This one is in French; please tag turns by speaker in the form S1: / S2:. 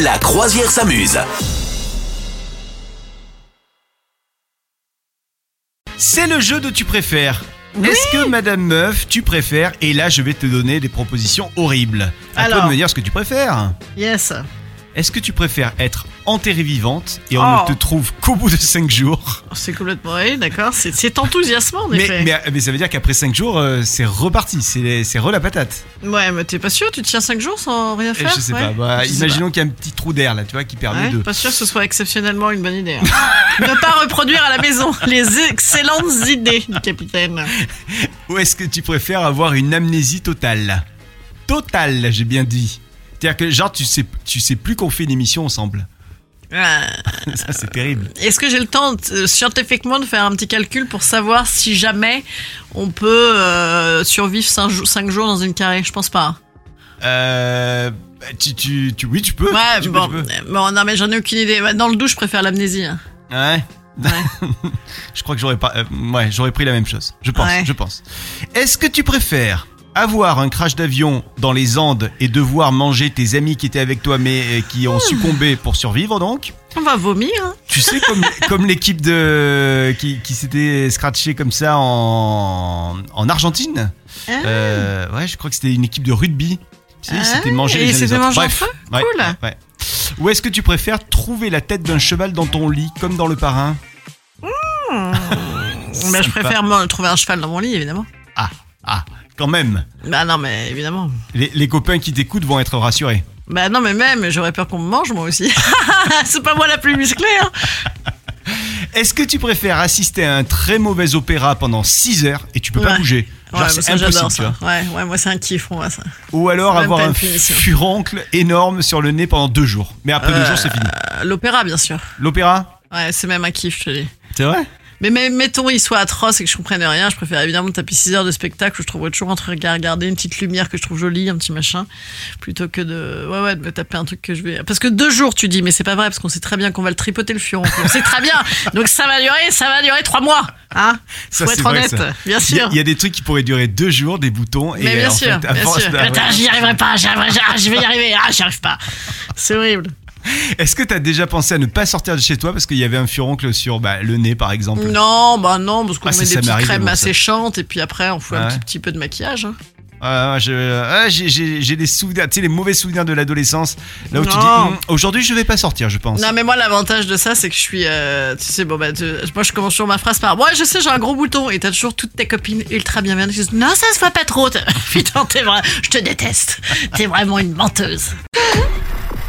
S1: La croisière s'amuse.
S2: C'est le jeu de tu préfères. Est-ce que Madame Meuf, tu préfères Et là, je vais te donner des propositions horribles. À toi
S3: Alors.
S2: de me dire ce que tu préfères.
S3: Yes.
S2: Est-ce que tu préfères être enterrée vivante et on
S3: Oh.
S2: ne te trouve qu'au bout de 5 jours
S3: C'est complètement vrai, d'accord. C'est- C'est enthousiasmant, en
S2: mais,
S3: effet.
S2: mais, mais ça veut dire qu'après 5 jours, euh, c'est reparti, c'est c'est re la patate.
S3: Ouais, mais t'es pas sûr Tu tiens 5 jours sans rien
S2: Et
S3: faire
S2: je sais
S3: ouais.
S2: pas, bah,
S3: Je sais
S2: imaginons qu'il y a un petit trou d'air là, tu vois, qui
S3: pas.
S2: permet
S3: Ouais,
S2: de...
S3: Pas sûr que ce soit exceptionnellement une bonne idée. hein. ne pas reproduire à la maison les excellentes idées du capitaine.
S2: Ou est-ce que tu préfères avoir une amnésie totale Totale, j'ai bien dit. C'est-à-dire que genre, tu sais, tu sais plus qu'on fait une émission ensemble.
S3: Euh,
S2: Ça, c'est terrible.
S3: Est-ce que j'ai le temps euh, scientifiquement de faire un petit calcul pour savoir si jamais on peut euh, survivre 5, jours dans une carré Je pense pas.
S2: Euh, bah, tu, tu, tu, oui, tu peux.
S3: Ouais,
S2: tu peux,
S3: bon,
S2: tu peux.
S3: euh, bon, non mais j'en ai aucune idée. Dans le douche, je préfère l'amnésie. hein.
S2: Ouais.
S3: Ouais.
S2: Je crois que j'aurais pas. euh, ouais, j'aurais pris la même chose. Je pense.
S3: Ouais.
S2: Je pense. Est-ce que tu préfères avoir un crash d'avion dans les Andes et devoir manger tes amis qui étaient avec toi mais euh, qui
S3: Hmm.
S2: ont succombé pour survivre donc
S3: On va vomir. hein.
S2: Tu sais comme comme l'équipe de qui, qui s'était scratchée comme ça en en Argentine.
S3: Ah.
S2: Euh, ouais, je crois que c'était une équipe de rugby. Tu sais, ils
S3: Ah,
S2: s'étaient mangés
S3: et
S2: les uns
S3: ils
S2: les
S3: s'étaient
S2: autres.
S3: mangés
S2: Bref,
S3: entre
S2: ouais,
S3: Cool.
S2: ouais, ouais. Ou est-ce que tu préfères trouver la tête d'un cheval dans ton lit comme dans le parrain
S3: Bah, je
S2: Sympa.
S3: préfère moi, trouver un cheval dans mon lit, évidemment.
S2: Ah, ah, quand même.
S3: Bah non, mais évidemment.
S2: Les, les copains qui t'écoutent vont être rassurés.
S3: Bah non, mais même, j'aurais peur qu'on me mange, moi aussi. c'est pas moi la plus musclée. hein.
S2: Est-ce que tu préfères assister à un très mauvais opéra pendant 6 heures et tu peux pas
S3: Ouais.
S2: bouger Genre
S3: Ouais, mais
S2: c'est
S3: ça,
S2: impossible,
S3: j'adore
S2: tu vois.
S3: ça. Ouais, ouais, moi, c'est un kiff, moi, ça.
S2: Ou alors
S3: C'est même
S2: avoir
S3: pas une
S2: un
S3: punition.
S2: furoncle énorme sur le nez pendant 2 jours. Mais après 2
S3: Euh,
S2: jours, c'est fini.
S3: Euh, L'opéra, bien sûr.
S2: L'opéra
S3: Ouais, c'est même un kiff, je te dis.
S2: C'est vrai
S3: Mais, mais mettons, il soit atroce et que je comprenne rien, je préfère évidemment taper 6 heures de spectacle où je trouverais toujours entre regarder une petite lumière que je trouve jolie, un petit machin, plutôt que de, ouais, ouais, de me taper un truc que je vais. Parce que deux jours, tu dis, mais c'est pas vrai, parce qu'on sait très bien qu'on va le tripoter le furon. On sait très bien. Donc ça va durer, ça va durer 3 mois. Hein
S2: Ça,
S3: Faut
S2: c'est
S3: être
S2: vrai,
S3: honnête,
S2: ça.
S3: bien
S2: Il y a-
S3: sûr.
S2: il y, a des trucs qui pourraient durer 2 jours, des boutons. et euh,
S3: Mais bien
S2: en
S3: sûr,
S2: fait, à
S3: bien
S2: force
S3: sûr.
S2: de-
S3: Putain, j'y arriverai pas, j'y arriverai- j'y arriverai- je vais y arriver, ah, j'y arrive pas. C'est horrible.
S2: Est-ce que t'as déjà pensé à ne pas sortir de chez toi parce qu'il y avait un furoncle sur bah, le nez, par exemple
S3: Non, bah non, parce qu'on
S2: Ah, ça,
S3: met des
S2: ça m'est
S3: petites
S2: arrivé,
S3: crèmes
S2: moi, ça.
S3: asséchantes et puis après, on fout
S2: Ouais.
S3: un petit, petit peu de maquillage. hein.
S2: Ouais, ouais, Ah, je- ouais, j'ai- j'ai j'ai des souvenirs, tu sais, les mauvais souvenirs de l'adolescence. Là où tu dis,
S3: Non.
S2: Hum, aujourd'hui, je vais pas sortir, je pense.
S3: Non mais moi l'avantage de ça c'est que je suis euh, tu sais bon bah tu- moi je commence toujours ma phrase par ouais je sais j'ai un gros bouton et t'as toujours toutes tes copines ultra bienveillantes qui disent non ça se voit pas trop T'es- putain t'es vrai je te déteste t'es vraiment une menteuse